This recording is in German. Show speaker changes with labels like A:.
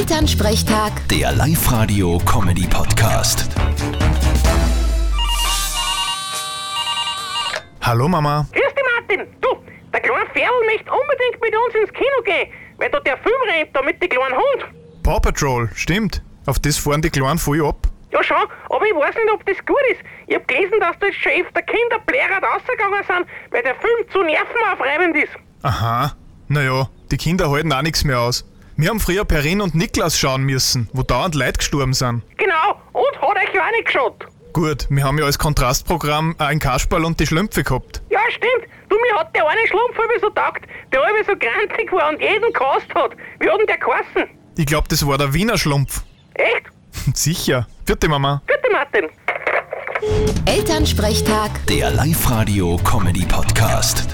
A: Elternsprechtag,
B: Der Live-Radio-Comedy-Podcast.
C: Hallo Mama.
D: Grüß dich, Martin. Du, der kleine Ferl möchte unbedingt mit uns ins Kino gehen, weil da der Film rennt, da mit dem kleinen Hund.
C: Paw Patrol, stimmt. Auf das fahren die Kleinen voll ab.
D: Ja, schon, aber ich weiß nicht, ob das gut ist. Ich hab gelesen, dass da jetzt schon öfter Kinder plärrend rausgegangen sind, weil der Film zu nervenaufreibend ist.
C: Aha. Naja, die Kinder halten auch nichts mehr aus. Wir haben früher Perrin und Niklas schauen müssen, wo dauernd Leute gestorben sind.
D: Genau, und hat euch ja auch nicht geschaut.
C: Gut, wir haben ja als Kontrastprogramm auch ein Kasperl und die Schlümpfe gehabt.
D: Ja, stimmt. Du, mir hat der eine Schlumpf so taugt, der halbe so grantig war und jeden gekostet hat. Wie hat denn der geheißen?
C: Ich glaube, das war der Wiener Schlumpf.
D: Echt?
C: Sicher. Vierte Mama.
D: Bitte, Martin.
A: Elternsprechtag.
B: Der Live-Radio-Comedy-Podcast.